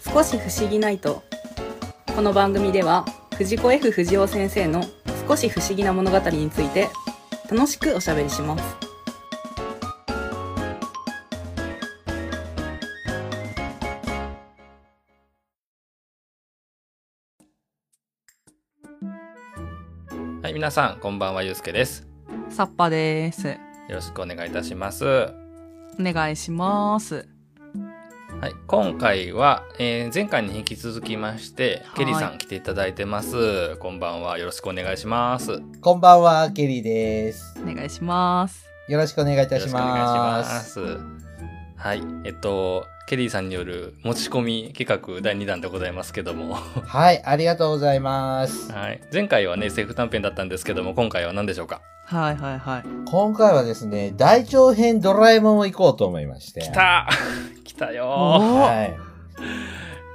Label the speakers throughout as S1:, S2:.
S1: 少し不思議ないとこの番組では藤子 F 不二雄先生の少し不思議な物語について楽しくおしゃべりします
S2: はい、皆さん、こんばんは、ゆうすけです。
S1: サッパです
S2: よろしくお願いいたします。は
S1: お願いします
S2: い、今回は、えー前回に引き続きまして、
S1: はい
S2: ケリーさん来ていただいてます。こんばんは、よろしくお願いします。よ
S3: こんばんは、ケリーです
S1: お。願いします
S3: よろしくお願いい
S2: ろ
S3: た
S2: し
S3: し
S2: くお願い
S3: ま。
S2: しますす。はい、えっと、ケリーさんによる持ち込み企画第2弾でございますけども、
S3: はい、ありがとうございます。
S2: はい、前回はね、政府短編だったんですけども、今回は何でしょうか
S1: はいはいはい
S3: 今回はですね、大長編ドラえもんを行こうと思いまして。
S2: 来た 来たよ
S1: おー
S3: はい。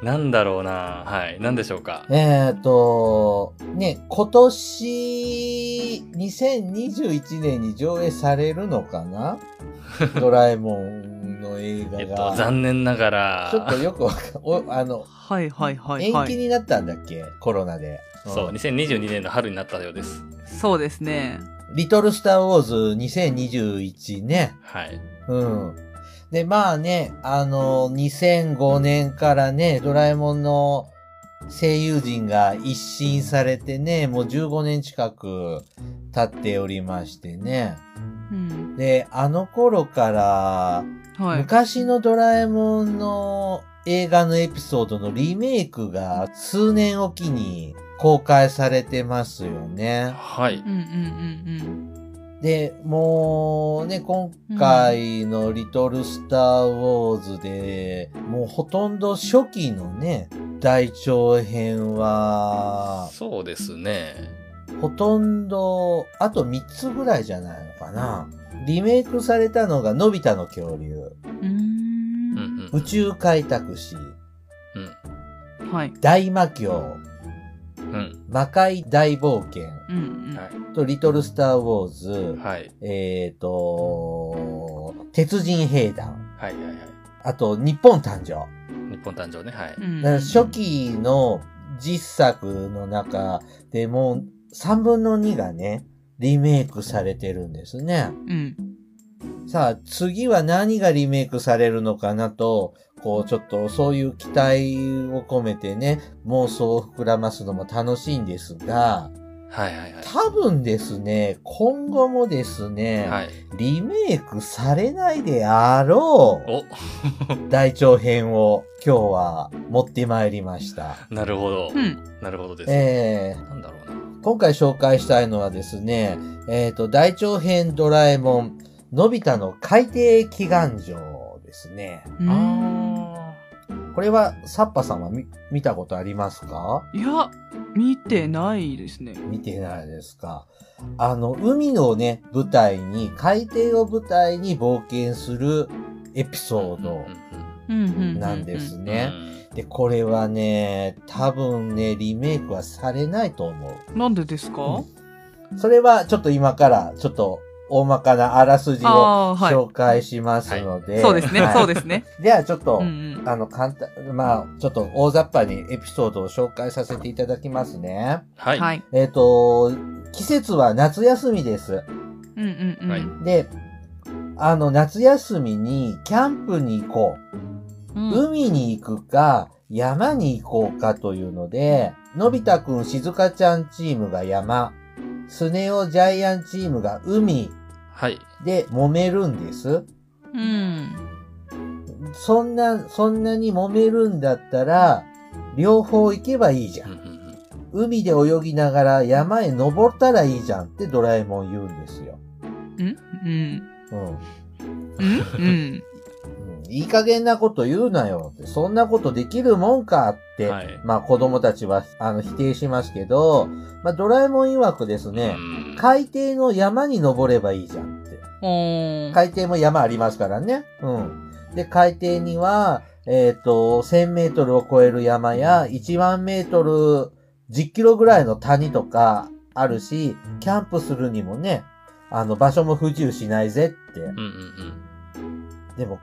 S2: ーなんだろうなはい、何でしょうか
S3: えーっと、ね、今年、2021年に上映されるのか なドラえもんの映
S2: え
S3: 画
S2: っと、
S3: が。
S2: 残念ながら、
S3: ちょっとよくわかお、あの、
S1: はいはいはい
S3: 延
S1: は
S3: 期
S1: い
S3: になったんだっけコロナで。ん
S2: そう、2022年の春になったようです。
S1: そうですね
S3: リトルスターウォーズ2021ね。
S2: はい。
S3: うん。で、まあね、あの、2005年からね、ドラえもんの声優陣が一新されてね、もう15年近く経っておりましてね。
S1: うん
S3: で、あの頃から、
S1: はい
S3: 昔のドラえもんの映画のエピソードのリメイクが数年おきに公開されてますよね。
S2: はい。
S1: うんうんうん
S3: で、もうね、今回のリトルスターウォーズで、もうほとんど初期のね、大長編は、
S2: そうですね。
S3: ほとんど、あと3つぐらいじゃないのかな。リメイクされたのが、のび太の恐竜、
S1: うんうー
S2: うん
S1: ん
S2: うん。
S3: 宇宙開拓士、
S2: うん。
S1: はい
S3: 大魔教、
S2: うん。
S3: 魔界大冒険
S1: うんうん
S2: は
S3: と、リトルスターウォーズ
S2: い。、はい。
S3: えーと、鉄人兵団、
S2: はい。はい。はい。
S3: あと、日本誕生。
S2: 日本誕生ね。はい。
S1: うん
S3: だから初期の実作の中でも3分の2がね、リメイクされてるんですね。
S1: うん
S3: さあ、次は何がリメイクされるのかなと、こう、ちょっとそういう期待を込めてね、妄想を膨らますのも楽しいんですが、
S2: はい。はい。はい。
S3: 多分ですね、今後もですね、
S2: はい。
S3: リメイクされないであろう
S2: お
S3: 大長編を今日は持ってまいりました。
S2: なるほど
S1: う。ん
S2: なるほどです。
S3: えー、
S2: なんだろうな。
S3: 今回紹介したいのはですね、えっ、と、大長編ドラえもん、のび太の海底祈願城ですね。
S1: うん
S3: これは、サッパさんは見見たことありますか
S1: いや見てないですね
S3: 見てないですか。あの、海のね、舞台に、海底を舞台に冒険するエピソード
S1: うんうんうんうん
S3: なんです
S2: ね
S3: ね。。で、これはね、多分ね、リメイクはされないと思う。
S1: なんでですか、
S3: それはちょっと今から、ちょっと大まかなあらすじ
S1: あ
S3: を
S1: ーはい
S3: 紹介しますので。
S1: そうですね、そうですね。
S3: す。ではちょっと、
S1: うんうん。
S3: あの、簡単、まあ、ちょっと大雑把にエピソードを紹介させていただきますね。
S2: はい。はい。
S1: い。
S3: えっ、と、季節は夏休みです。
S1: うんうんうん。
S2: はい
S3: で、あの、夏休みにキャンプに行こ
S1: う
S3: う。
S1: ん
S3: 海に行くか、山に行こうかというので、のび太くん、しずかちゃんチームが山、スネ夫ジャイアンチームが海、
S2: はい。
S3: で揉めるんです。
S1: うん。
S3: そんな、そんなに揉めるんだったら、両方行けばいいじゃ。
S2: うんうんん
S3: 海で泳ぎながら山へ登ったらいいじゃんってドラえもん言うんですよ。
S1: うんうん。
S3: うん。うん
S1: うんうん。
S3: いい加減なこと言うなよって、そんなことできるもんかって、
S2: はい
S3: まあ子供たちはあの否定しますけど、まあドラえもん曰くです
S2: うん
S3: ね、
S2: うん
S3: 海底の山に登ればいいじゃんって。
S1: おー。
S3: 海底も山ありますからね。うん。で、海底には、えっ、と、1000メートルを超える山や、1万メートル、10キロぐらいの谷とかあるし、キャンプするにもね、あの、場所も不自由しないぜって。
S2: うんうん
S3: でも、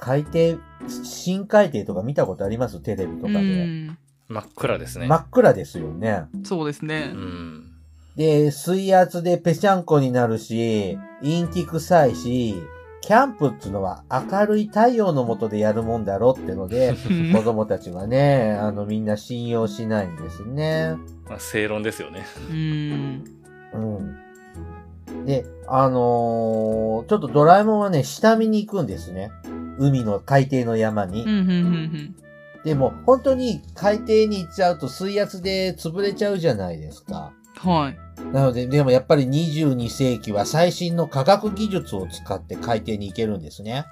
S3: 海底、深海底とか見たことありますテレビ
S4: う
S3: とかで。
S4: ん。
S2: 真っ暗ですね。
S3: 真っ暗ですよね。
S4: そうですね
S2: う。ん。
S3: で、水圧でぺちゃんこになるし、陰気臭いし、キャンプっつのは明るい太陽の下でやるもんだろってので、
S4: うん
S3: 子供たちはね、あのみんな信用しないんですね。
S2: まあ、正論ですよね。
S4: うん。
S3: うん。で、あのーちょっとドラえもんはね、下見に行くんですね。海の海底の山に。
S4: うん。うん。うん。
S3: でも、本当に海底に行っちゃうと水圧で潰れちゃうじゃないですか。
S4: はい。
S3: なので、でもやっぱり22世紀は最新の科学技術を使って海底に行けるんですね。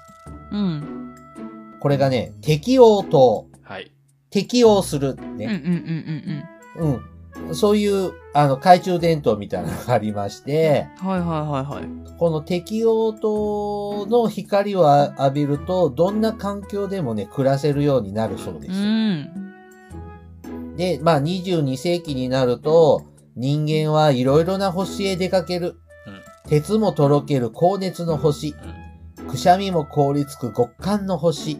S4: うん。
S3: これがね、適応と、
S2: はい。
S3: 適応する
S4: うん。うん。うん。
S3: ね。
S4: うん。
S3: うん。そういう、あの、懐中電灯みたいなのがありまして、
S4: うん。はい。はい。はい。はい。
S3: この適応灯の光を浴びると、どんな環境でもね、暮らせるようになるそうで
S4: う
S3: す。
S4: ん。
S3: で、まあ、22世紀になると、人間はいろいろな星へ出かける。
S2: うん
S3: 鉄もとろける高熱の星。くしゃみも凍りつく極寒の星。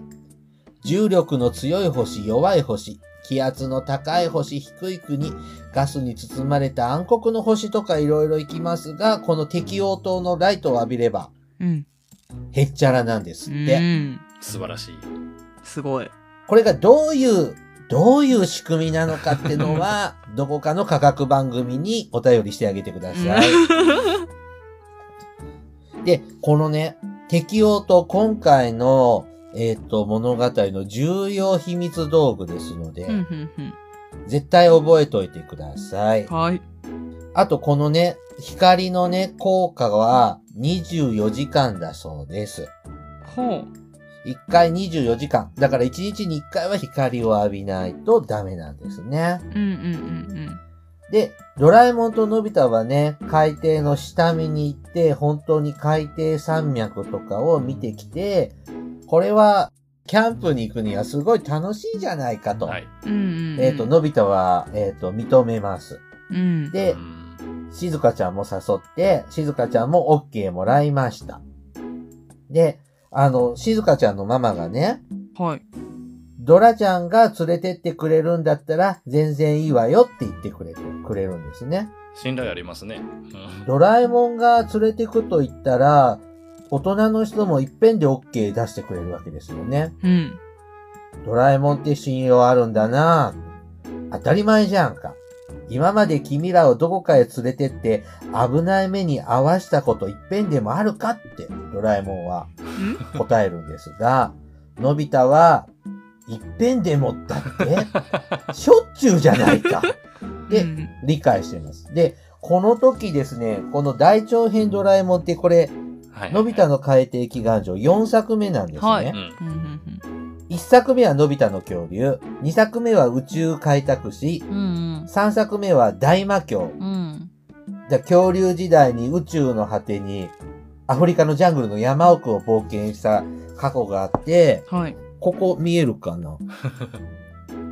S3: 重力の強い星、弱い星。気圧の高い星、低い国。ガスに包まれた暗黒の星とかいろいろ行きますが、この適応灯のライトを浴びれば、
S4: うん。
S3: へっちゃらなんです
S4: う
S3: って。
S4: ん。
S2: 素晴らしい。
S4: すごい。
S3: これがどういう、どういう仕組みなのかってのは、 どこかの科学番組にお便りしてあげてください。で、このね、適応と今回の、えっ、と、物語の重要秘密道具ですので、
S4: うん。うん。うん。
S3: 絶対覚えておいてください。
S4: はい。
S3: あと、このね、光のね、効果は24時間だそうです。
S4: ほ
S3: 1回24時間。だから1日に1回は光を浴びないとダメなんですね。
S4: う。うん。うん。うん。
S3: で、ドラえもんとのび太はね、海底の下見に行って、本当に海底山脈とかを見てきて、これは、キャンプに行くにはすごい楽しいじゃないかと。
S2: はい。
S4: うん。うん。うん
S3: えっ、と、。のび太は、えっ、と、認めます。
S4: うん。
S3: で
S2: う、ん
S3: しずかちゃんも誘って、しずかちゃんも OK もらいました。で、あの、しずかちゃんのママがね、
S4: はい。
S3: ドラちゃんが連れてってくれるんだったら、全然いいわよって言ってくれてくれるんですね。
S2: 信頼ありますね。うん
S3: ドラえもんが連れてくと言ったら、大人の人も一遍で OK 出してくれるわけですよね。
S4: うん。
S3: ドラえもんって信用あるんだな当たり前じゃんか。今まで君らをどこかへ連れてって危ない目に遭わしたこと一遍でもあるかってドラえもんは答えるんですが、のび太は一遍でもだってしょっちゅうじゃないか。で
S4: うん
S3: 理解しています。で、この時ですね、この大長編ドラえもんってこれ、
S2: はい
S3: のび太の海底祈願所4作目なんですね。
S4: は
S2: う
S4: い
S2: ん。
S4: うん。うん
S3: 1作目はのび太の恐竜、2作目は宇宙開拓史、
S4: うん。
S3: 3作目は大魔教。
S4: うん。うん。
S3: だ恐竜時代に宇宙の果てにアフリカのジャングルの山奥を冒険した過去があって、
S4: はい。
S3: ここ見えるかな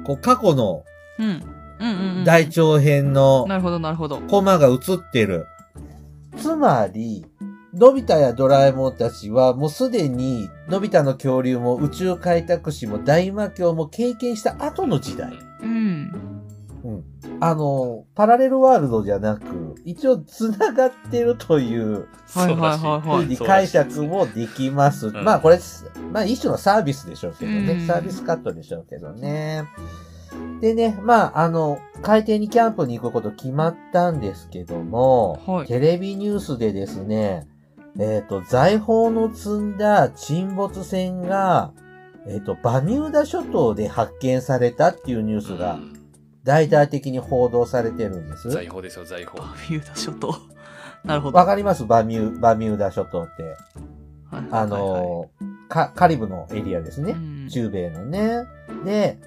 S3: こう過去の
S4: うん。うん。うん。うん
S3: 大長編の
S4: なるほど、なるほど。
S3: コマが映ってる。つまり、のび太やドラえもんたちはもうすでに、のび太の恐竜も宇宙開拓史も大魔教も経験した後の時代。
S4: うん。
S3: うん。あの、パラレルワールドじゃなく、一応繋がってるという
S4: はいはいはい
S2: そうらし
S4: はい
S3: ふうに解釈もできます。
S2: うん
S3: まあこれ、まあ一種のサービスでしょうけどね。
S4: うん
S3: サービスカットでしょうけどね。でね、まああの、海底にキャンプに行くこと決まったんですけども、
S4: はい
S3: テレビニュースでですね、えっ、と、財宝の積んだ沈没船が、えっ、と、バミューダ諸島で発見されたっていうニュースが
S2: うん
S3: 大々的に報道されてるんです。
S2: 財宝ですよ、財宝
S4: バ。ミューダ諸島。なるほど。
S3: わかりますバミュー、バミューダ諸島って。
S4: はいはいはいはい
S3: あのーカカリブのエリアですね。
S4: うん
S3: 中米のね。で、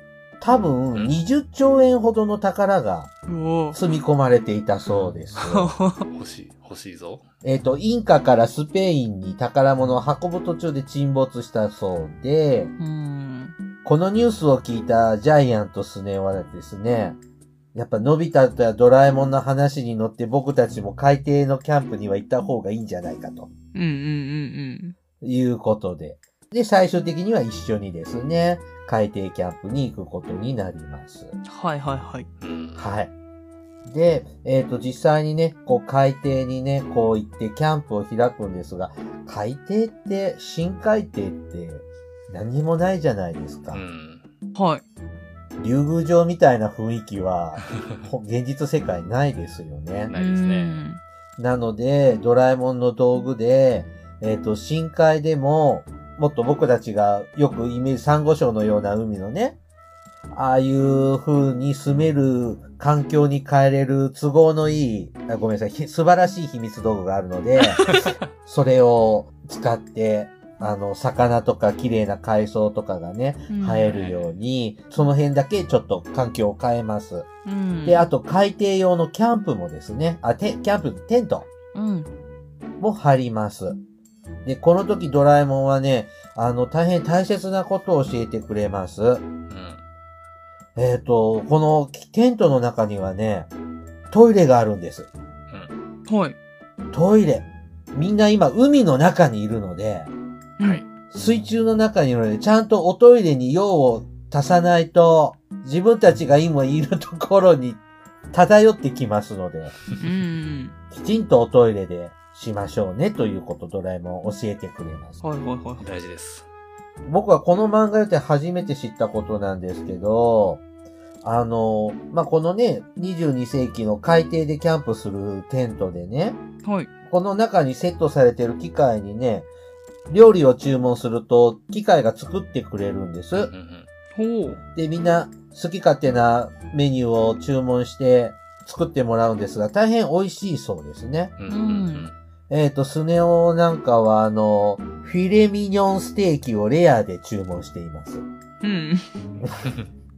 S3: 多分
S2: うん
S3: 20兆円ほどの宝が
S4: おー
S3: 積み込まれていたそうです。
S2: 欲しい、欲しいぞ。
S3: えっと、インカからスペインに宝物を運ぶ途中で沈没したそうで、
S4: うん。
S3: このニュースを聞いたジャイアントスネ夫はですね、やっぱのび太とやドラえもんの話に乗って僕たちも海底のキャンプには行った方がいいんじゃないかと
S4: うんうんうん
S3: いうことで。で、最終的には一緒にですね、海底キャンプに行くことになります。
S4: はいはいはい。
S2: うん。
S3: はい。で、えっ、と、実際にね、こう、海底にね、こう行ってキャンプを開くんですが、海底って、深海底って、何もないじゃないですか。
S2: うん。
S4: はい。
S3: 竜宮城みたいな雰囲 気は、ほ現実世界ないですよね。
S2: ないですね
S4: うん。
S3: なので、ドラえもんの道具で、えっ、と、深海でも、もっと僕たちがよくイメージ、サンゴ礁のような海のね、ああいう風に住める環境に変えれる都合のいい、あごめんなさい、ひ素晴らしい秘密道具がある ので、それを使って、あの、魚とか綺麗な海藻とかがね、
S4: うん
S3: 生えるように、その辺だけちょっと環境を変えます。
S4: うん。
S3: で、あと海底用のキャンプもですね、あ、てキャンプ、テント
S4: うん。
S3: も張ります。で、この時ドラえもんはね、あの、大変大切なことを教えてくれます。
S2: うん。
S3: えっ、と、このテントの中にはね、トイレがあるんです。
S4: はい。
S3: トイレ。みんな今海の中にいるので、
S4: うん
S2: はい。
S3: 水中の中にいるので、ちゃんとおトイレに用を足さないと、自分たちが今いるところに漂ってきますので、
S4: うん。
S3: きちんとおトイレでしましょうねということドラえもん教えてくれます。
S4: はいはいはい。
S2: 大事です。
S3: 僕はこの漫画読んで初めて知ったことなんですけど、あの、まあ、このね、22世紀の海底でキャンプするテントでね、
S4: はい。
S3: この中にセットされてる機械にね、料理を注文すると機械が作ってくれるんで
S2: うん
S3: す
S2: う。ん
S4: ほう。
S3: で、みんな好き勝手なメニューを注文して作ってもらうんですが、大変美味しいそうですね。
S2: うん。うんうんうん。
S3: えっ、と、スネ夫なんかはあの、フィレミニョンステーキをレアで注文しています。
S4: うん。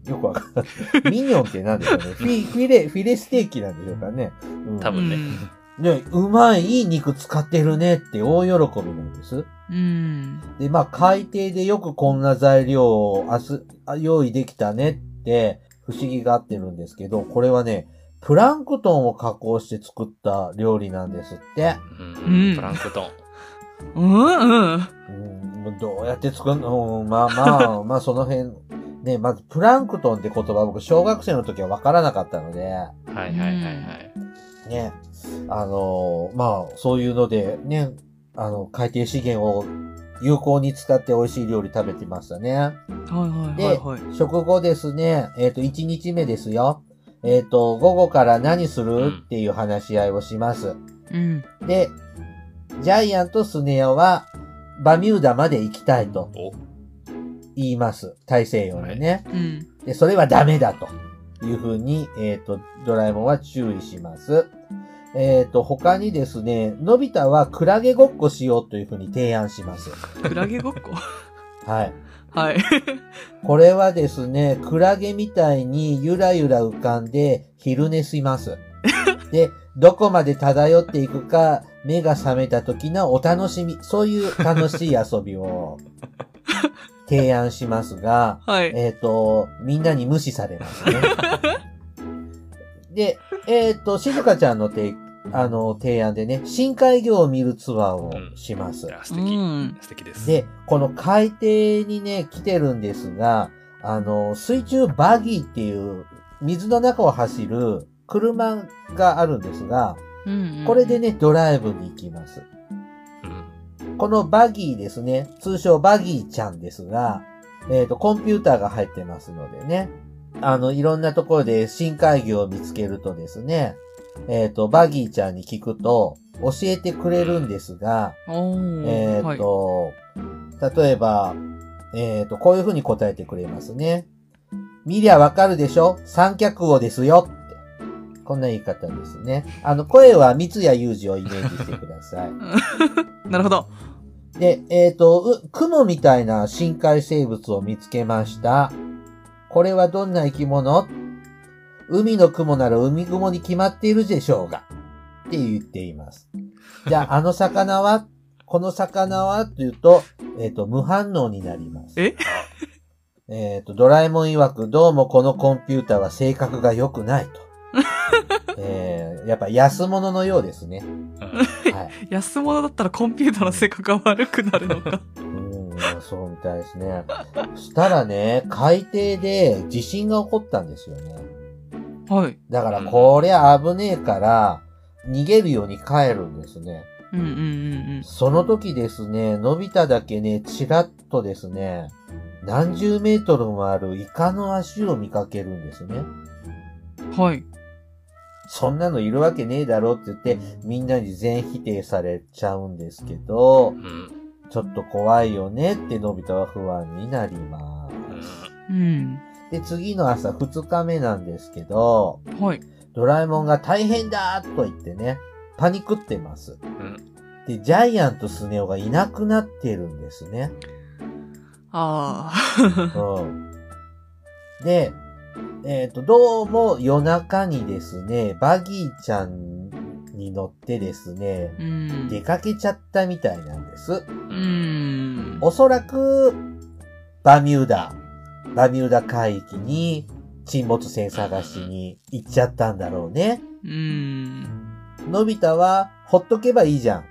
S3: よくわかんない。ミニョンって何でしょうね。フィフィレ、フィレステーキなんでしょうかね。うん、
S2: 多分ね。
S3: ね、うまい、いい肉使ってるねって大喜びなんです。
S4: うん。
S3: で、まあ、海底でよくこんな材料を明日、あ用意できたねって、不思議があってるんですけど、これはね、プランクトンを加工して作った料理なんですって。
S2: うん
S4: う
S2: うんん。プランクトン。
S4: うんうん。
S3: うん、もうどうやって作るの、うん、まあまあ、ま あその辺、ね、まずプランクトンって言葉僕小学生の時はわからなかったので、
S2: はいはいはいはい。
S3: ね、あのーまあ、そういうので、ね、あの、海底資源を有効に使って美味しい料理食べてましたね。
S4: はい
S3: で、
S4: はいはいはい。
S3: 食後ですね、えっ、と、1日目ですよ。えっ、と、午後から何す
S2: う
S3: る
S2: ん
S3: っていう話し合いをします。
S4: うん。
S3: で、ジャイアンとスネアは、バミューダまで行きたいと
S2: お
S3: 言います。大西洋にね。
S4: うん。
S3: で、それはダメだというふうに、えっ、と、ドラえもんは注意します。えっ、と、他にですね、のび太はクラゲごっこしようというふうに提案します。
S4: クラゲごっこ
S3: はい。
S4: はい。
S3: これはですね、クラゲみたいにゆらゆら浮かんで昼寝します。で、どこまで漂っていくか、目が覚めた時のお楽しみ、そういう楽しい遊びを提案しますが、
S4: はい。
S3: えっ、と、みんなに無視されます ね。で、えっ、と、静香ちゃんのてあの提案でね、深海魚を見るツアーをします。
S2: あ
S4: う
S2: 素敵。
S4: ん。
S2: 素敵です。
S3: で、この海底にね、来てるんですが、あの、水中バギーっていう、水の中を走る車があるんですが、
S4: うん。
S3: これでね、ドライブに行きます。
S2: うん
S3: このバギーですね、通称バギーちゃんですが、えっ、と、コンピューターが入ってますのでね、あの、いろんなところで深海魚を見つけるとですね、えっ、と、バギーちゃんに聞くと、教えてくれるんですが、
S4: おー。
S3: えっ、
S4: はい。
S3: と、例えば、えっ、と、こういうふうに答えてくれますね。見りゃわかるでしょ三脚王ですよって。こんな言い方ですね。あの、声は三谷裕二をイメージしてください。
S4: なるほど。
S3: で、えっ、と、う雲みたいな深海生物を見つけました。これはどんな生き物海の雲なら海雲に決まっているでしょうが。って言っています。じゃあ、あの魚はこの魚はというと、えっ、と、無反応になります。
S4: え
S3: えっと、ドラえもん曰く、どうもこのコンピューターは性格が良くないと。えーやっぱ安物のようですね。
S2: うん
S3: はい。
S4: 安物だったらコンピューターの性格が悪くなるのか。
S3: うんそうみたいですね。したらね、海底で地震が起こったんですよね。
S4: はい。
S3: だから、こりゃ危ねえから、逃げるように帰るんですね。
S4: うんうんうん
S3: その時ですね、のび太だけね、ちらっとですね、何十メートルもあるイカの足を見かけるんですね。
S4: うん。はい。
S3: そんなのいるわけねえだろって言って、みんなに全否定されちゃうんですけど
S2: う、ん。
S3: ちょっと怖いよねってのび太は不安になります。
S4: うん。
S3: で、次の朝2日目なんですけど、
S4: はい。
S3: ドラえもんが大変だと言ってね、パニックってます。
S2: うん。
S3: で、ジャイアンとスネ夫がいなくなってるんです ね。
S4: あ
S3: うん。で、えっ、と、どうも夜中にですね、バギーちゃんに乗ってですね、
S4: あ。うん。
S3: 出かけちゃったみたいなんです。
S4: う。ん。
S3: おそらく、バミューダ、バミューダ海域に沈没船探しに行っちゃったんだろうね。
S4: うん。
S3: のび太は、ほっとけばいいじゃん。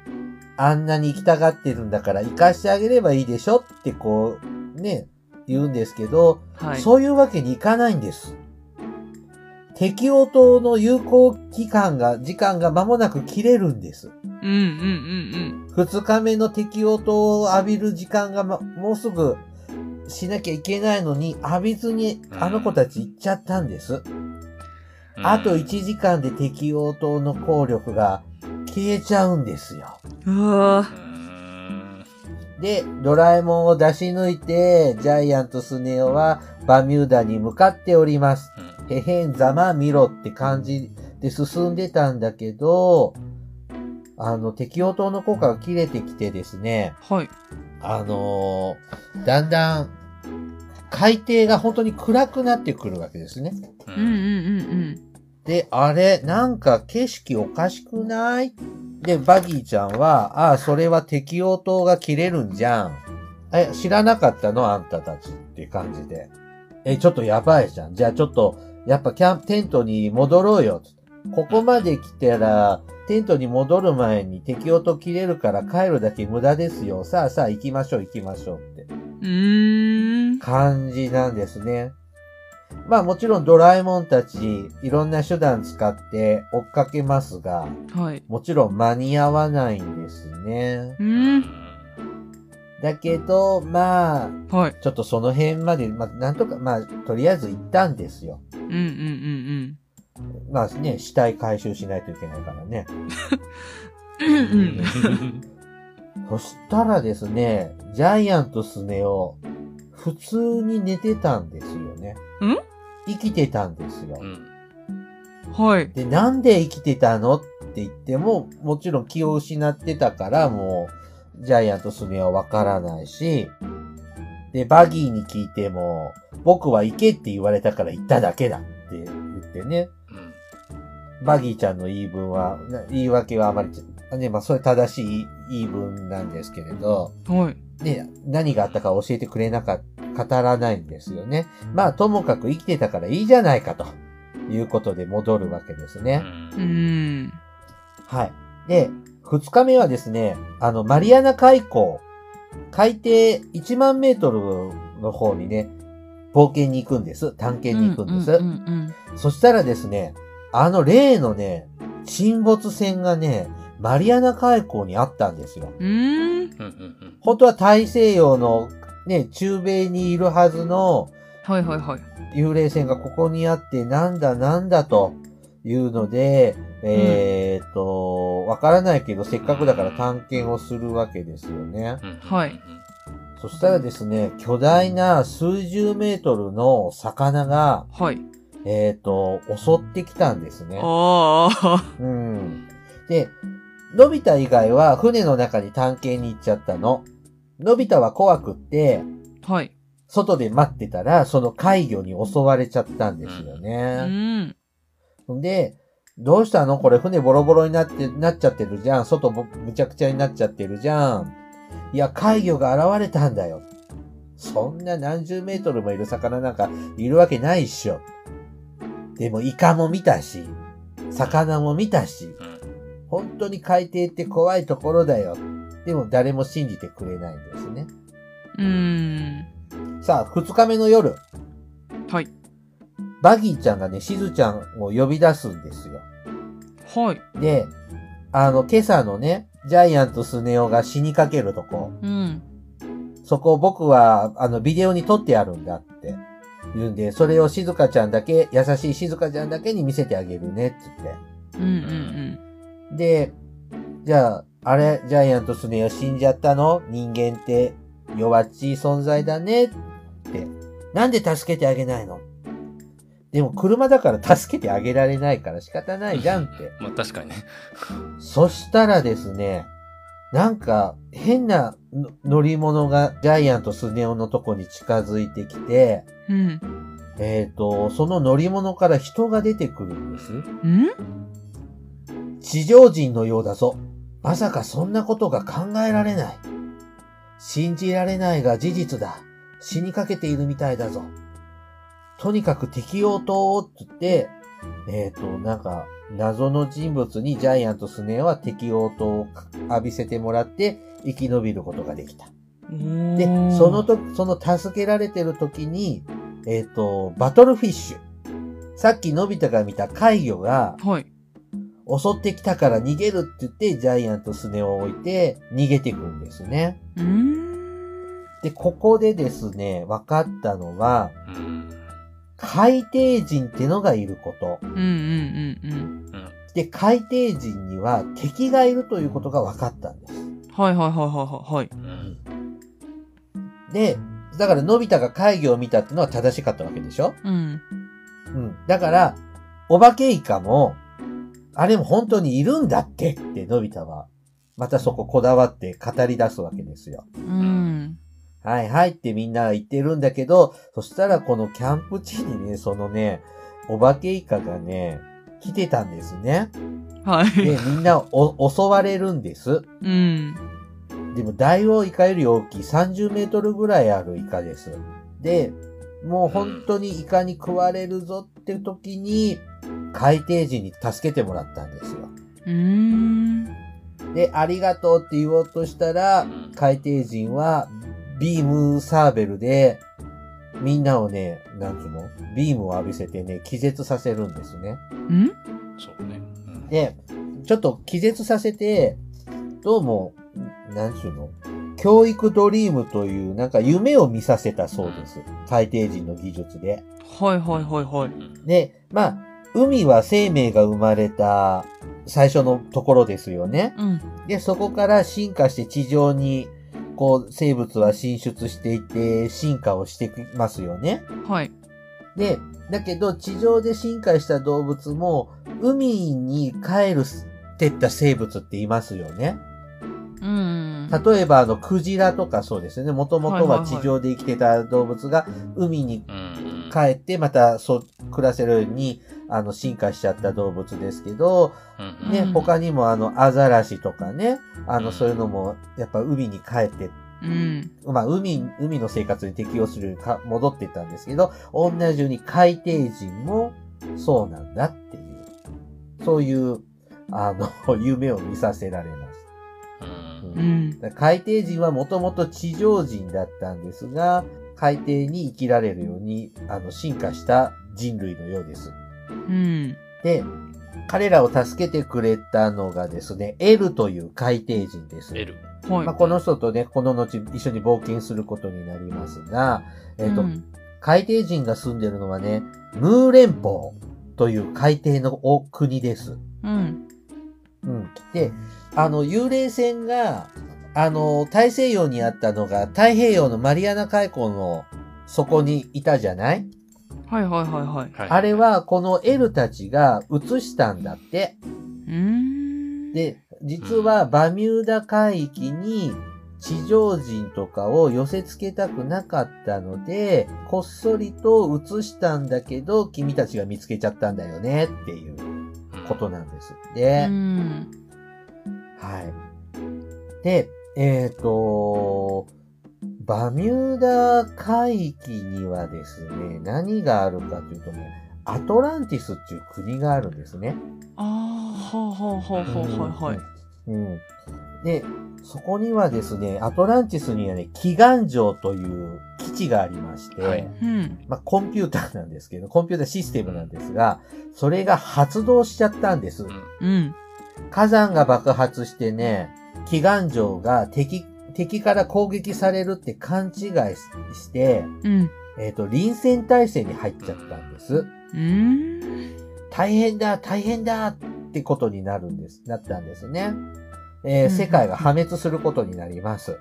S3: あんなに行きたがってるんだから、行かしてあげればいいでしょってこう、ね、言うんですけど、
S4: はい。
S3: そういうわけにいかないんです。適応島の有効期間が、時間が間もなく切れるんです。
S4: うんうんうん
S3: 二日目の適応島を浴びる時間が、ま、もうすぐしなきゃいけないのに、浴びずに
S2: うん
S3: あの子たち行っちゃったんです。
S2: うん
S3: あと1。時間で適応島の効力が消えちゃうんですよ。
S4: うん。うわ
S2: うん。
S3: で、ドラえもんを出し抜いて、ジャイアントスネ夫はバミューダに向かっております。
S2: うん
S3: へへんざま見ろって感じで進んでたんだけど、あの、適応灯の効果が切れてきてですね、
S4: ー。はい。
S3: あのーだんだん、海底が本当に暗くなってくるわけですね。
S2: う
S4: うんうん
S2: ん。
S4: うん
S3: で、あれ、なんか景色おかしくないで、バギーちゃんは、ああ、それは適応灯が切れるんじゃん。え、知らなかったのあんたたちって感じで。え、ちょっとやばいじゃん。じゃあちょっと、やっぱキャンプ、テントに戻ろうよ。ここまで来たら、テントに戻る前に適応灯切れるから帰るだけ無駄ですよ。さあさあ行きましょう行きましょうって。
S4: うん。うーん。
S3: 感じなんですね。まあもちろんドラえもんたちいろんな手段使って追っかけますが、
S4: はい。
S3: もちろん間に合わないんですね。
S4: う。
S2: うんん。
S3: だけど、まあ、
S4: はい。
S3: ちょっとその辺まで、まあなんとか、まあとりあえず行ったんですよ。
S4: うんうんうん
S3: まあね、死体回収しないといけないからね。
S4: うん。うんうん。
S3: そしたらですね、ジャイアントスネ夫、普通に寝てたんですよね。
S4: ん
S3: 生きてたんですよ。
S2: うん。
S4: はい。
S3: で、なんで生きてたのって言っても、もちろん気を失ってたから、もう、ジャイアントスネはわからないし、で、バギーに聞いても、僕は行けって言われたから行っただけだって言ってね、
S2: うん
S3: バギーちゃんの言い分は、な言い訳はあまりち、ね、まあ、それ正しい言い分なんですけれど、
S4: はい。
S3: ね、何があったか教えてくれなかった、語らないんですよね。まあ、ともかく生きてたからいいじゃないかと、いうことで戻るわけですね。
S4: うーん。
S3: はい。で、二日目はですね、あの、マリアナ海溝、海底1万メートルの方にね、冒険に行くんです。探検に行くんです。
S4: うんうんうん
S3: そしたらですね、あの例のね、沈没船がね、マリアナ海溝にあったんですよ。
S4: うん。うーん。
S2: うんうん
S3: 本当は大西洋のね、中米にいるはずの
S4: はいはいはい。
S3: 幽霊船がここにあって、なんだなんだというので、えーっと、わからないけど、せっかくだから探検をするわけですよね。
S2: うん。
S4: はい
S3: そしたらですね、巨大な数十メートルの魚が、
S4: はい。
S3: えーっと、襲ってきたんですね。
S4: ああ。
S3: うん。で、のび太以外は船の中に探検に行っちゃったの。のび太は怖くって、
S4: はい。
S3: 外で待ってたら、その怪魚に襲われちゃったんですよ
S4: う
S3: ね。
S4: ん。
S3: で、どうしたのこれ船ボロボロになって、なっちゃってるじゃん。外ぼむちゃくちゃになっちゃってるじゃん。いや、怪魚が現れたんだよ。そんな何十メートルもいる魚なんかいるわけないっしょ。でもイカも見たし、魚も見たし、
S2: うん
S3: 本当に海底って怖いところだよ。でも誰も信じてくれないんですね。
S4: うーん。
S3: さあ、2日目の夜、
S4: はい。
S3: バギーちゃんがね、しずちゃんを呼び出すんですよ。
S4: はい。
S3: で、あの、今朝のね、ジャイアントスネ夫が死にかけるとこ、
S4: うん。
S3: そこを僕は、あの、ビデオに撮ってあるんだって。言うんで、それを静香ちゃんだけ、優しい静香ちゃんだけに見せてあげるね、つって。
S4: うんうん
S3: で、じゃあ、あれ、ジャイアントスネ夫死んじゃったの人間って弱っちい存在だねって。なんで助けてあげないのでも車だから助けてあげられないから仕方ないじゃんって。
S2: まあ確かにね。
S3: そしたらですね、なんか変なの乗り物がジャイアントスネ夫のとこに近づいてきて、
S4: うん。
S3: えっ、と、その乗り物から人が出てくるんです。
S4: うん。ん
S3: 地上人のようだぞ。まさかそんなことが考えられない。信じられないが事実だ。死にかけているみたいだぞ。とにかく適応灯をつって、えっ、と、なんか、謎の人物にジャイアントスネアは適応灯を浴びせてもらって生き延びることができた。で、その、時、その助けられてる時に、えっ、と、バトルフィッシュ。さっきのび太が見た怪魚が、
S4: はい。
S3: 襲ってきたから逃げるって言って、ジャイアントスネ夫を置いて逃げていくんですね。
S4: うーん。
S3: で、ここでですね、分かったのは、
S2: うん。
S3: 海底人ってのがいること
S4: うん。うんうん
S3: で、海底人には敵がいるということが分かったんです。
S4: うん。はいはいはいはいはい。
S2: うん。
S3: で、だから、のび太が会議を見たってのは正しかったわけでしょ
S4: うん。
S3: うん。だから、お化けイカも、あれも本当にいるんだってって、のび太は、またそここだわって語り出すわけですよ。
S4: うん。
S3: はいはいってみんな言ってるんだけど、そしたらこのキャンプ地にね、そのね、お化けイカがね、来てたんですね。
S4: は
S3: で
S4: い。、
S3: みんなお襲われるんです。
S4: うん。
S3: でも大王イカより大きい30メートルぐらいあるイカです。で、もう本当にイカに食われるぞって時に、海底人に助けてもらったんですよ。
S4: うーん。
S3: で、ありがとうって言おうとしたら、海底人はビームサーベルで、みんなをね、なんつうのビームを浴びせてね、気絶させるんですね。
S4: うん
S2: そうね。うん
S3: で、ちょっと気絶させて、どうも、なんつうの教育ドリームという、なんか夢を見させたそうです。海底人の技術で。
S4: はいはいはいはい。
S2: うん
S3: で、まあ、海は生命が生まれた最初のところですよね。
S4: うん。
S3: で、そこから進化して地上に、こう、生物は進出していて、進化をしてきますよね。
S4: はい。
S3: で、だけど、地上で進化した動物も、海に帰るってった生物っていますよね。
S4: うん。
S3: 例えば、あの、クジラとかそうですよね。もともと
S4: はい
S3: は
S4: はいはい
S3: 地上で生きてた動物が、海に
S2: うん。
S3: 帰って、また、そう、暮らせるように、あの、進化しちゃった動物ですけど、
S2: うん
S3: ね、
S4: うん
S3: 他にもあの、アザラシとかね、あ
S2: う
S3: の、
S2: ん
S3: そういうのも、やっぱ海に帰って
S4: うん。
S3: まあ、海、海の生活に適応するようにか戻っていったんですけど、同じように海底人もそうなんだっていう、そういう、あの、 夢を見させられます。
S2: うん
S4: うん。
S3: だから海底人はもともと地上人だったんですが、海底に生きられるように、あの、進化した人類のようです。
S4: うん。
S3: で、彼らを助けてくれたのがですね、エルという海底人です。
S2: L。
S4: はい
S3: まあ、。この人とね、この後一緒に冒険することになりますが、えっ、と、
S4: うん
S3: 海底人が住んでるのはね、ムー連邦という海底のお国です。
S4: うん。
S3: うん。で、あの、幽霊船が、あの、大西洋にあったのが、太平洋のマリアナ海溝の底にいたじゃない、
S4: はいはいはいはい。
S2: はい
S3: あれ、は、このエルたちが移したんだって。
S4: うーん。、
S3: で、実はバミューダ海域に地上人とかを寄せ付けたくなかったので、こっそりと移したんだけど、君たちが見つけちゃったんだよねっていうことなんです。
S4: う
S3: で、
S4: ん。
S3: はい。で、えっ、と、バミューダ海域にはですね、何があるかというとね、アトランティスっていう国があるんですね。
S4: ああ、はあはあはあはあはいはい。
S3: うん。で、そこにはですね、アトランティスにはね、祈願城という基地がありまして、
S2: はい
S4: うん。
S3: まあ、コンピューターなんですけど、コンピューターシステムなんですが、それが発動しちゃったんです。
S2: ん
S4: うん。
S3: 火山が爆発してね、祈願城が敵、敵から攻撃されるって勘違いしして、
S4: うん。
S3: えっ、と、臨戦態勢に入っちゃったんです。
S4: うん。
S3: 大変だ、大変だってことになるんです、なったんですね。
S4: う
S3: えー
S4: ん
S3: 世界が破滅することになります。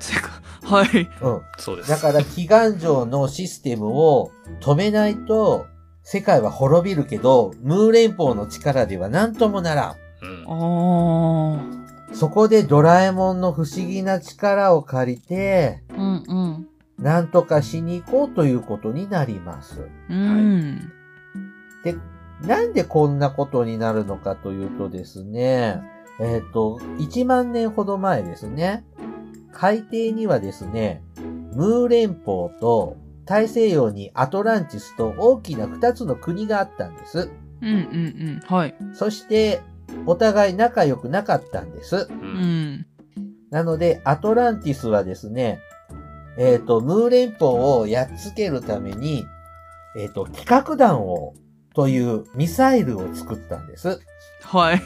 S4: せか、はい。
S3: うん。
S2: そうです。
S3: だから、祈願城のシステムを止めないと、世界は滅びるけど、ムー連邦の力では何ともなら
S2: うん
S4: あ。あ。
S3: ん。そこでドラえもんの不思議な力を借りて、
S4: うんうん。
S3: なんとかしに行こうということになります。
S4: うん。
S3: なんでこんなことになるのかというとですね、えっ、と、1万年ほど前ですね、海底にはですね、ムー連邦と大西洋にアトランティスと大きな2つの国があったんです。
S4: うんうんうん。はい。
S3: そして、お互い仲良くなかったんです。
S2: う
S4: うんん。
S3: なので、アトランティスはですね、えっ、と、ムー連邦をやっつけるために、えっ、と、規格弾を、というミサイルを作ったんです。
S4: はい。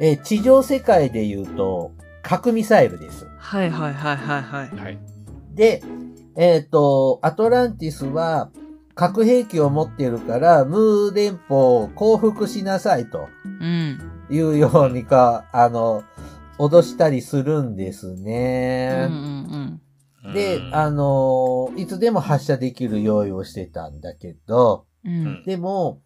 S3: えー地上世界で言うと、核ミサイルです。
S4: はいはいはいはいはい。
S2: はい。
S3: で、えっ、と、アトランティスは核兵器を持ってるから、ムー連邦を降伏しなさいと
S4: うん。
S3: いうようにか、 あの、脅したりするんです
S4: うんう
S3: ね。
S4: ん
S3: で
S2: う、ん
S3: あの、いつでも発射できる用意をしてたんだけど、
S4: う。
S2: うんん
S3: でも、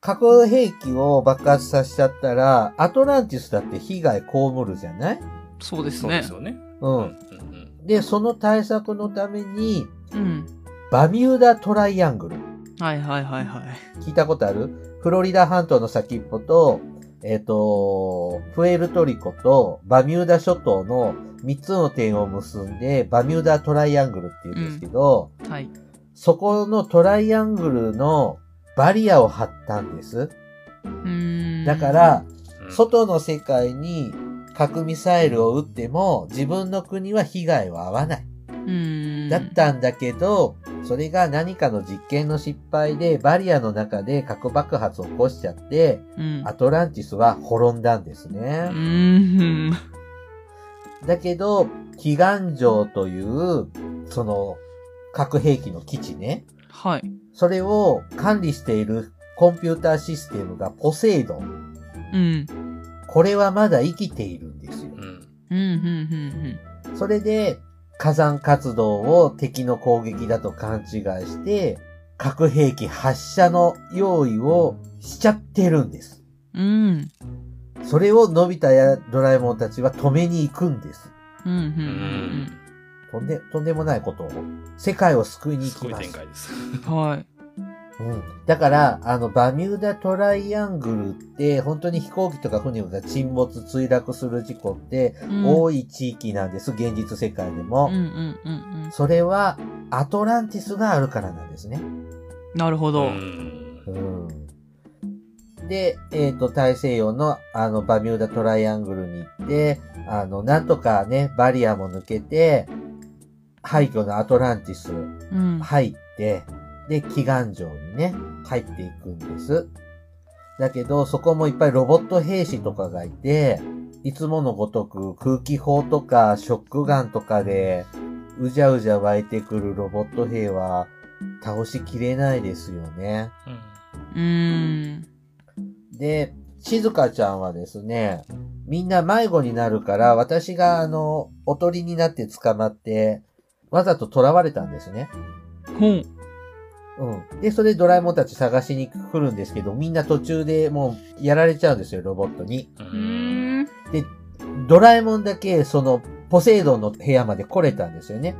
S3: 核兵器を爆発させちゃったら、アトランティスだって被害被るじゃない
S4: そうです
S2: そうで
S4: ね
S2: す。よね。う
S3: うん。
S2: ん
S3: で、その対策のために、
S4: うん。
S3: バミューダトライアングル。
S4: はいはいはいはい。
S3: 聞いたことあるフロリダ半島の先っぽと、えっ、と、プエルトリコとバミューダ諸島の3つの点を結んで、バミューダトライアングルって言うんですけど、
S4: はい。
S3: そこのトライアングルのバリアを張ったんです。
S4: うん。
S3: だか、ら、
S2: うん
S3: 外の世界に核ミサイルを撃っても自分の国は被害は合わない。
S4: うん。
S3: だったんだけど、それが何かの実験の失敗でバリアの中で核爆発を起こしちゃって、
S4: うん。
S3: アトランティスは滅んだんです
S4: う
S3: ね。
S4: ん。
S3: だけど、祈願城という、その、核兵器の基地ね。
S4: はい。
S3: それを管理しているコンピューターシステムがポセイドン。
S4: うん。
S3: これはまだ生きているんですよ。
S2: うん。
S4: うん、うん、
S3: それで、火山活動を敵の攻撃だと勘違いして、核兵器発射の用意をしちゃってるんです。
S4: うん、うん。
S3: それをのび太やドラえもんたちは止めに行くんです。
S4: うん、うん、う
S2: うんん。
S3: とんで、とんでもないことを。世界を救いに
S2: す
S3: 行き
S2: ごい
S3: ま
S2: 展
S3: す。
S2: 開です。
S4: うん。はい。
S3: うん。だから、あの、バミューダトライアングルって、本当に飛行機とか船が沈没、墜落する事故って、
S4: うん
S3: 多い地域なんです。現実世界でも。
S4: うん、うん、うん、
S3: それは、アトランティスがあるからなんですね。
S4: うん。なるほど。
S2: ん
S3: うん。で、えっ、と、大西洋の、あの、バミューダトライアングルに行って、あの、なんとかね、バリアも抜けて、廃墟のアトランティス
S4: うん。
S3: 入って、で、祈願城にね、入っていくんです。だけど、そこもいっぱいロボット兵士とかがいて、いつものごとく空気砲とかショックガンとかで、うじゃうじゃ湧いてくるロボット兵は、倒しきれないですよね。
S4: うん。
S3: で、静香ちゃんはですね、みんな迷子になるから、私があの、おとりになって捕まって、わざと囚われたんですね。
S4: ほう。
S3: うん。で、それでドラえもんたち探しに来るんですけど、みんな途中でもうやられちゃうんですよ、ロボットに。
S2: う。
S4: うんん。
S3: ドラえもんだけ、その、ポセイドンの部屋まで来れたんですよね。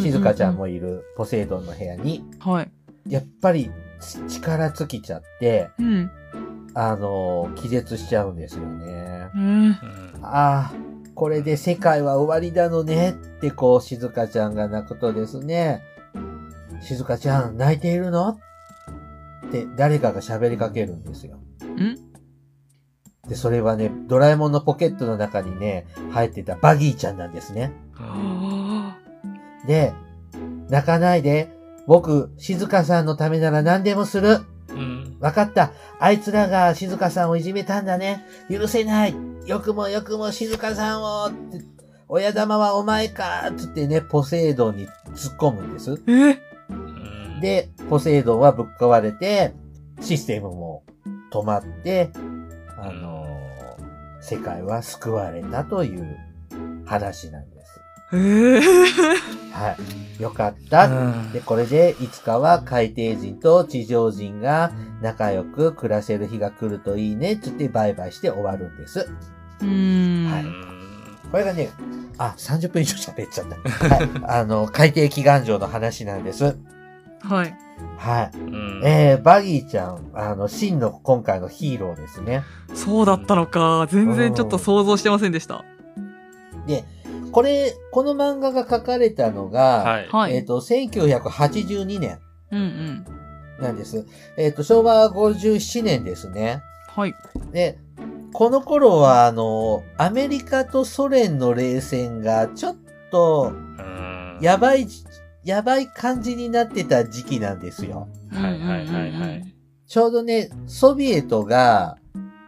S3: 静香ちゃんもいるポセイドンの部屋に。
S4: はい。
S3: やっぱり、ち力尽きちゃって、
S4: うん。
S3: あの、気絶しちゃうんですよね。
S4: うん。
S2: うん
S3: ああ、これで世界は終わりなのねってこう、静香ちゃんが泣くとですね、静香ちゃん泣いているのって誰かが喋りかけるんですよ。で、それはね、ドラえもんのポケットの中にね、生えてたバギーちゃんなんですね。
S4: あ
S3: で、泣かないで、僕、静香さんのためなら何でもする。
S2: うん。
S3: わかった。あいつらが静香さんをいじめたんだね。許せない。よくもよくも静香さんをって親玉はお前かって言ってね、ポセイドンに突っ込むんです。
S4: ーえ
S2: うん、
S3: で、ポセイドンはぶっ壊れて、システムも止まって、あのー世界は救われたという話なんです。
S4: えー
S3: はい。よかっ
S2: う
S3: た。
S2: ん
S3: で、これで、いつかは海底人と地上人が仲良く暮らせる日が来るといいね、つってバイバイして終わるんです。
S4: うーん。
S3: は
S2: う
S3: い
S2: ん
S3: これがね、あ、30分以上喋っちゃった。はい。 あの、海底祈願場の話なんです。
S4: はい。
S3: はい。
S2: うん
S3: えー、バギーちゃん、あの、真の今回のヒーローですね。
S4: そうだったのか。全然ちょっと想像してませんでした。
S3: これ、この漫画が書かれたのが、
S2: はい。
S4: はい。
S3: えっ、と、1982年
S4: うんうん。
S3: なんです。えっ、と、昭和57年ですね。
S4: はい。
S3: で、この頃は、あの、アメリカとソ連の冷戦がちょっ
S2: う
S3: と、
S2: ん
S3: やばい、やばい感じになってた時期なんですよ。
S2: はいはいはいはい。
S3: ちょうどね、ソビエトが、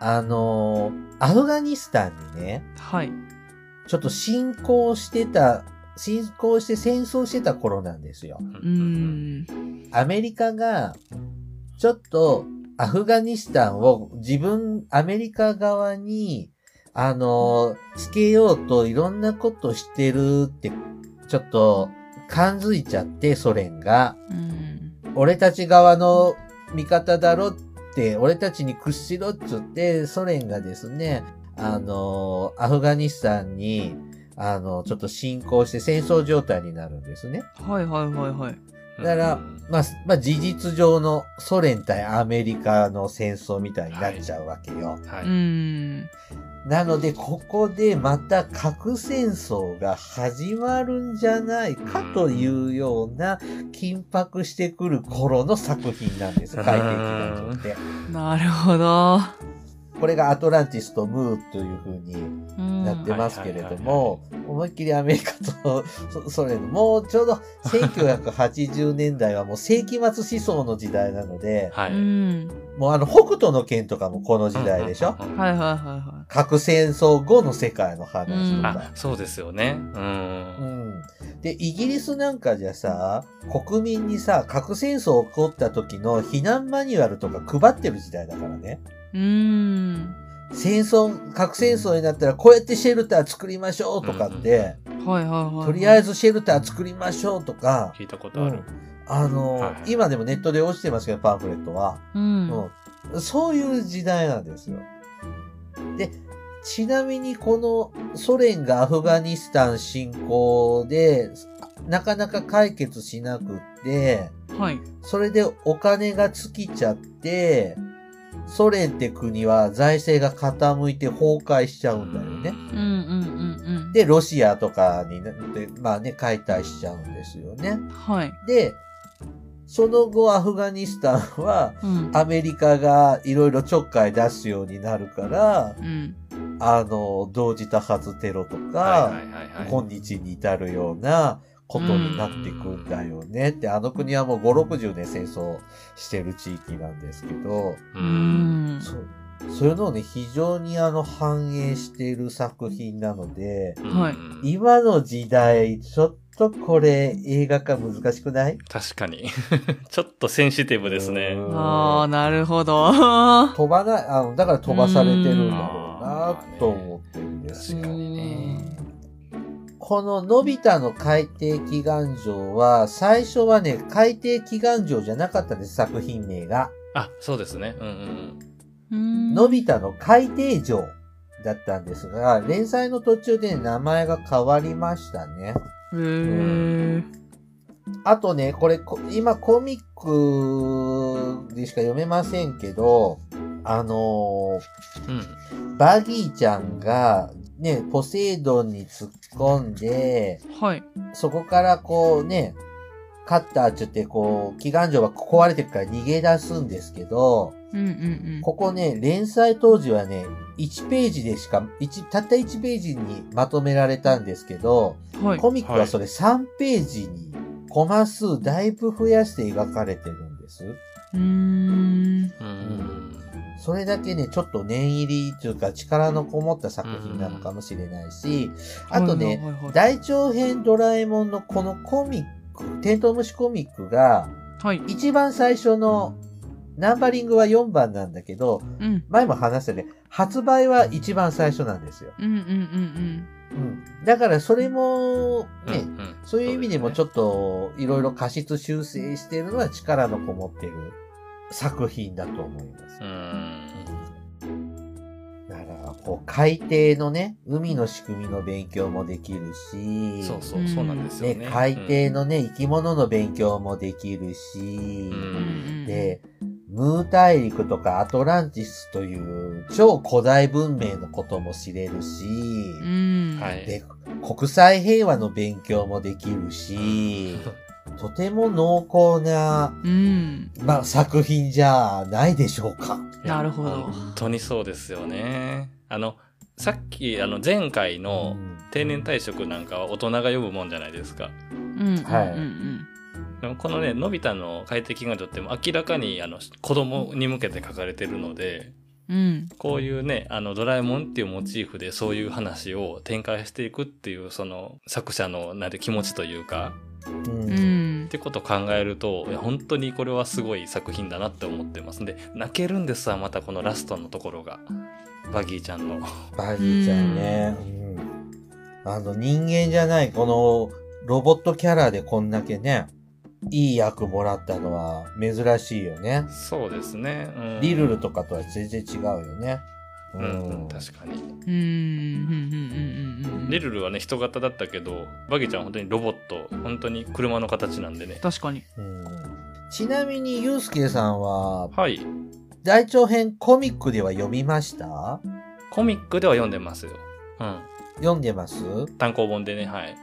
S3: あの、アフガニスタンにね、
S4: はい。
S3: ちょっと侵攻してた、侵攻して戦争してた頃なんですよ。
S2: う
S4: うー。ん。
S3: アメリカが、ちょっと、アフガニスタンを自分、アメリカ側に、あの、つけようといろんなことしてるって、ちょっと、感づいちゃって、ソ連が。
S4: うん。
S3: 俺たち側の味方だろって、俺たちに屈しろっつって、ソ連がですね、あの、アフガニスタンに、あの、ちょっと侵攻して戦争状態になるんですね。
S4: はいはいはいはい。
S2: うん
S3: だから、まあ、まあ、事実上のソ連対アメリカの戦争みたいになっちゃうわけよ。
S2: は
S4: う
S2: い。
S4: ーん。
S3: なので、ここでまた核戦争が始まるんじゃないかというような緊迫してくる頃の作品なんです。
S2: うん
S3: 海底機関って。
S4: なるほど。
S3: これがアトランティスとムーという風に
S4: うん
S3: なってますけれども、思いっきりアメリカと そソ連の、もうちょうど1980年代はもう世紀末思想の時代なので、
S2: はい。
S4: うん。
S3: もうあの、北斗の剣とかもこの時代でしょ
S2: うんうんうん
S4: はいはいはいは
S3: 核戦争後の世界の話と
S2: あ
S3: か、。
S2: そうですよね。う。
S3: うんん。で、イギリスなんかじゃさ、国民にさ、核戦争起こった時の避難マニュアルとか配ってる時代だからね。
S4: い。うーん。
S3: 戦争、核戦争になったらこうやってシェルター作りましょうとかって、
S4: はいはいはい。
S3: とりあえ
S4: ず。
S3: ずシェルター作りましょうとか、
S2: 聞いたことある。
S3: あの、
S2: はいはい
S3: 今でもネットで落ちてますけど、パンフレットは。
S4: うん。
S3: うん、そういう時代なんですよ。で、ちなみにこのソ連がアフガニスタン侵攻で、なかなか解決しなくって、
S4: はい。
S3: それでお金が尽きちゃって、ソ連って国は財政が傾いて崩壊しちゃうんだよね。
S4: うんうんうんうん。
S3: で、ロシアとかになって、まあね、解体しちゃうんですよね。
S4: はい。
S3: で、その後アフガニスタンは、
S4: うん。
S3: アメリカがいろいろちょっかい出すようになるから、
S4: うん。
S3: あの、同時多発テロとか、
S2: はいはいはいはい。
S3: 今日に至るようなことになってくんだよねって、あの国はもう5、60年戦争してる地域なんですけど、
S2: う。
S4: うんん。
S3: そう、そういうのをね、非常にあの反映している作品なので、
S4: はい
S2: うん
S3: 今の時代、ちょっとこれ映画化難しくない
S2: 確かに。ちょっとセンシティブですね。
S3: うん
S4: ああ、なるほど。は
S3: 飛ばない、あの、だから飛ばされてるんだろうなと思ってるんです
S2: 確
S3: よ
S2: かにね。
S3: こののび太の海底祈願場は、最初はね、海底祈願場じゃなかったんです、作品名が。
S2: あ、そうですね。うんうん
S3: のび太の海底城だったんですが、連載の途中で名前が変わりましたね。
S4: へえ。
S3: あとね、これ、こ今コミックでしか読めませんけど、あのー
S2: うん。うん。
S3: バギーちゃんが、ね、ポセイドンに突っ込んで、
S4: はい。
S3: そこからこうね、カッターっつってこう、祈願城が壊れてるから逃げ出すんですけど、
S4: うんうん
S3: ここね、連載当時はね、1ページでしか、一たった1ページにまとめられたんですけど、
S4: うん。はい。
S3: コミックはそれ3ページにコマ数だいぶ増やして描かれてるんです。
S4: うーん。
S2: うん。
S3: それだけね、ちょっと念入りというか力のこもった作品なのかもしれないし、あとね、
S4: はいはいはい
S3: 大長編ドラえもんのこのコミック、テントウムシコミックが、
S4: はい。はい。
S3: 一番最初のナンバリングは4番なんだけど、
S4: うん。
S3: 前も話したね、発売は一番最初なんですよ。
S4: うんうんうん
S3: うん。だからそれも、
S2: うん
S3: ね、
S2: ん
S3: そういう意味でもち
S2: ょっ
S3: ょっと、いろいろ過失修正しているのは力のこもっている作品だと思います
S2: う。ん。
S3: だから、こう、海底のね、海の仕組みの勉強もできるし、
S2: そうそう、そうなんですよ
S3: ね
S2: ね。
S3: 海底のね、生き物の勉強もできるし、
S2: う
S4: う
S2: ん
S4: ん。うん
S3: で、ムー大陸とかアトランティスという超古代文明のことも知れるし、
S4: うん。
S2: はい
S3: で、国際平和の勉強もできるし、とても濃厚な、
S4: うん。
S3: まあ、作品じゃないでしょうか。
S2: いや
S4: なるほど
S2: 本当にそうですよね。あの、さっき、あの、前回の定年退職なんかは大人が呼ぶもんじゃないですか。
S4: うん。
S3: はい
S4: うんうん
S2: でもこのね、のび太の快適願女っても明らかにあの子供に向けて書かれてるので、
S4: うん。
S2: こういうね、あのドラえもんっていうモチーフでそういう話を展開していくっていう、その作者のなんて気持ちというか、
S3: う
S4: うんん
S2: っ。てことを考えると、いや本当にこれはすごい作品だなって思ってますんで、泣けるんですわ、またこのラストのところが。バギーちゃんの。
S3: バギーちゃんね。うんあの、人間じゃない、この、ロボットキャラでこんだけね、いい役もらったのは珍しいよね。
S2: そうですね。うん
S3: リルルとかとは全然違うよね。
S2: うんうん、確かに。
S4: うん。うん。うん。うん。うん
S2: リルルはね、人型だったけど、バギーちゃんは本当にロボット、本当に車の形なんでね。
S4: 確かに。
S3: うんちなみに、ゆうすけさんは、
S2: はい。
S3: 大長編コミックでは読みました
S2: コミックでは読んでますよ。うん。
S3: 読んでます
S2: 単行本でね、はい。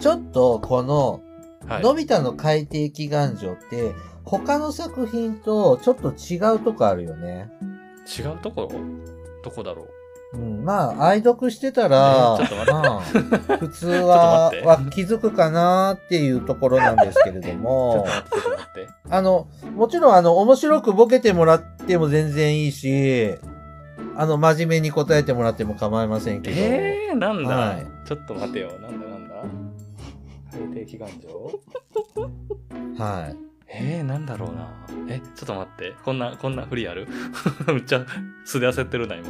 S3: ちょっと、この、
S2: はい。
S3: のび太の海底祈願所って、他の作品とちょっと違うとこあるよね。
S2: 違うところどこだろう
S3: うん、まあ、愛読してたら、
S2: えーちょっと
S3: ま あ普通は
S2: ちょっと待って
S3: は気づくかなっていうところなんですけれ ど
S2: ちょっと、
S3: も
S2: 待って、ちょっと待って。
S3: あの、もちろん、あの、面白くボケてもらっても全然いいし、あの、真面目に答えてもらっても構いません けど。
S2: えー、なんだ、
S3: はい
S2: ちょっと待てよ。なんだなんだ海底祈願場
S3: はい。
S2: えー、なんだろうな。え、ちょっと待って。こんな、こんなフリある めっちゃ素で焦ってるな、今。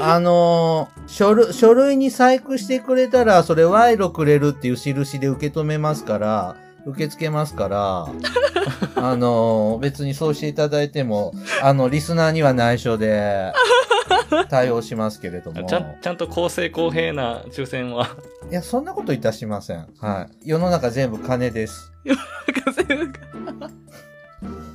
S3: あのー書類、書類に細工してくれたら、それ賄賂くれるっていう印で受け止めますから、受け付けま すから、あのー別にそうしていただいても、あの、リスナーには内緒で、対応しますけれども。
S2: ちゃん、ちゃんと公正公平な抽選は。
S3: いや、そんなこといたしません。はい。世の中全部金です。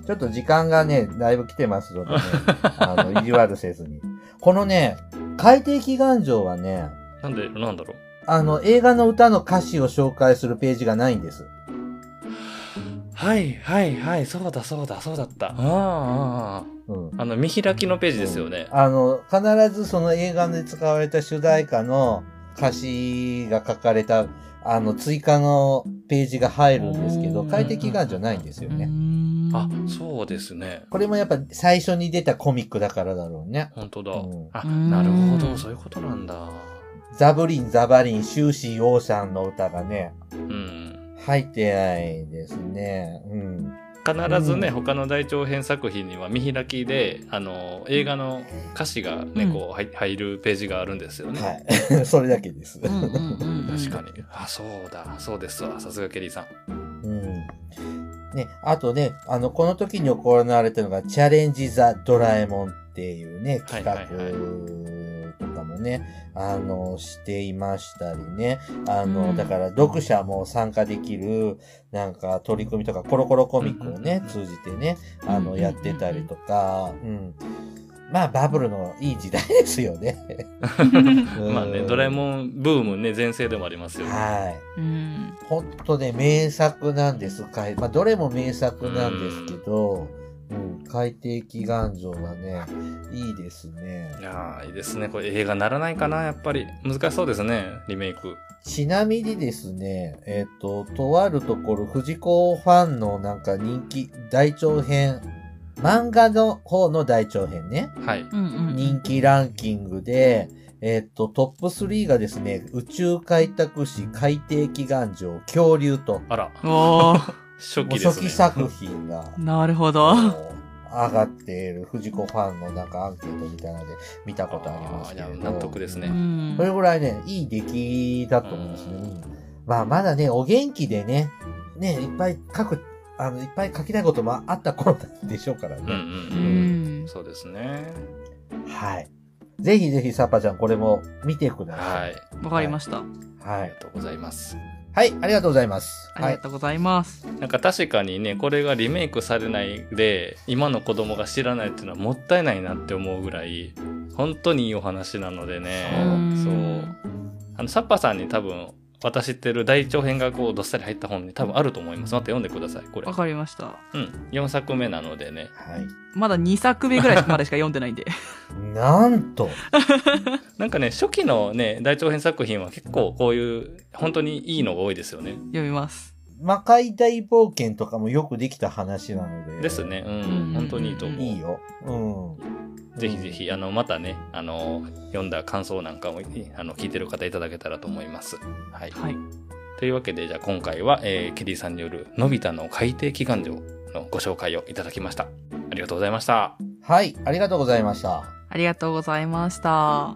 S3: ちょっと時間がね、だいぶ来てますので、ね、 あの、意地悪せずに。このね、海底祈願場はね、
S2: なんで、なんだろう。
S3: あの、映画の歌の歌詞を紹介するページがないんです。
S2: はい、はい、はい、そうだ、そうだ、そうだった。ああああ、
S3: うん。
S2: あの、見開きのページですよね。
S3: あの、必ずその映画で使われた主題歌の歌詞が書かれた、あの、追加のページが入るんですけど、
S2: うん
S3: 海底祈願じゃないんですよね。
S2: あ
S4: あ、
S2: そうですね。
S3: これもやっぱ最初に出たコミックだからだろうね。
S2: 本当だ。
S3: うん
S2: あ、
S4: うん
S2: なるほど、そういうことなんだ。
S3: ザブリン、ザバリン、終始オーシャンの歌がね、
S2: うん。
S3: 入ってないですね。うん。
S2: 必ずね、
S3: うん
S2: 他の大長編作品には見開きで、あの、映画の歌詞がね、
S4: うん
S2: こう、入入るページがあるんですよね。
S3: はい。 それだけです。
S4: うんうんうんうん
S2: 確かに。あ、そうだ、そうですわ。さすがケリーさん。
S3: うん。ね、あとね、あの、この時に行われたのが、チャレンジ・ザ・ドラえもんっていう
S2: は
S3: ね、
S2: い
S3: 企
S2: はい
S3: 画
S2: はい
S3: とかもね、あの、していましたりね、あの、
S4: うん
S3: だから読者も参加できる、なんか取り組みとか、コロコロコミックを
S2: うんうん
S3: ね
S2: う、ん
S3: 通じてね、あ
S4: うんうんう
S3: の、
S4: ん
S3: やってたりとか、うん。まあ、バブルのいい時代ですよね。う ん
S2: まあね、ドラえもんブームね、全盛でもありますよね。
S3: はい。
S4: うん。
S3: ほんとね、名作なんです。かいまあ、どれも名作なんですけど、うん、海底祈願城がね、いいですね。
S2: いやーいいですねこれ映画ならないかなやっぱり難しそうですねリメイク
S3: ちなみにですね、えっ、と、とあるところ、藤子ファンのなんか人気、大長編、漫画の方の大長編ね、
S2: はい
S4: うんうん。
S3: 人気ランキングで、えっ、と、トップ3がですね、宇宙開拓史、海底祈願城、恐竜と、
S2: あら
S4: おー、
S2: 初
S3: もう
S2: 期ですね
S3: 初期作品が、
S4: なるほど。
S3: もう 上がっている藤子ファンのなんかアンケートみたいなので見たことありますけれど
S2: あーいや納得ですね
S4: うん
S3: それぐらいね、いい出来だと思うんですね。
S2: う
S3: まあ、まだね、お元気でね、ね、いっぱい書く、あの、いっぱい書きたいこともあった頃でしょうから
S2: うんう
S3: ね。
S4: うん
S2: うん
S4: ん。
S2: そうですね
S3: はい。ぜひぜひ、サッパちゃん、これも見てくださ。
S2: はいい
S4: わかりました。
S3: は
S2: あ
S3: い
S2: りが。とうございます
S3: はい、ありがとうございます。
S4: あ
S3: は
S4: り
S3: い
S4: が。とうございます。
S2: なんか確かにねこれがリメイクされないで今の子供が知らないっていうのはもったいないなって思うぐらい本当にいいお話なのでね
S4: うん
S2: そうあのサッパさんに多分私知ってる大長編がこうどっさり入った本に多分あると思いますまた読んでくださいこれ
S4: わかりました。
S2: うん4作目なのでね
S3: はい。
S4: まだ2作目ぐらいしかまだしか読んでないんで。
S3: なんと、
S2: なんかね初期のね大長編作品は結構こういう本当にいいのが多いですよね
S4: 読みます。
S3: 魔界大冒険とかもよくできた話なので。
S2: です。ねうん、
S4: うん
S2: 本当にいいと思う
S3: いいよ。うん。
S2: ぜひぜ。ひあのまたねあの読んだ感想なんかもあの聞いてる方いただけたらと思います。はい、
S4: はい。
S2: というわけでじゃあ今回は、えーケリーさんによる「のび太の海底祈願城」のご紹介をいただきました。ありがとうございました。
S3: はい、ありがとうございました。
S4: ありがとうございました。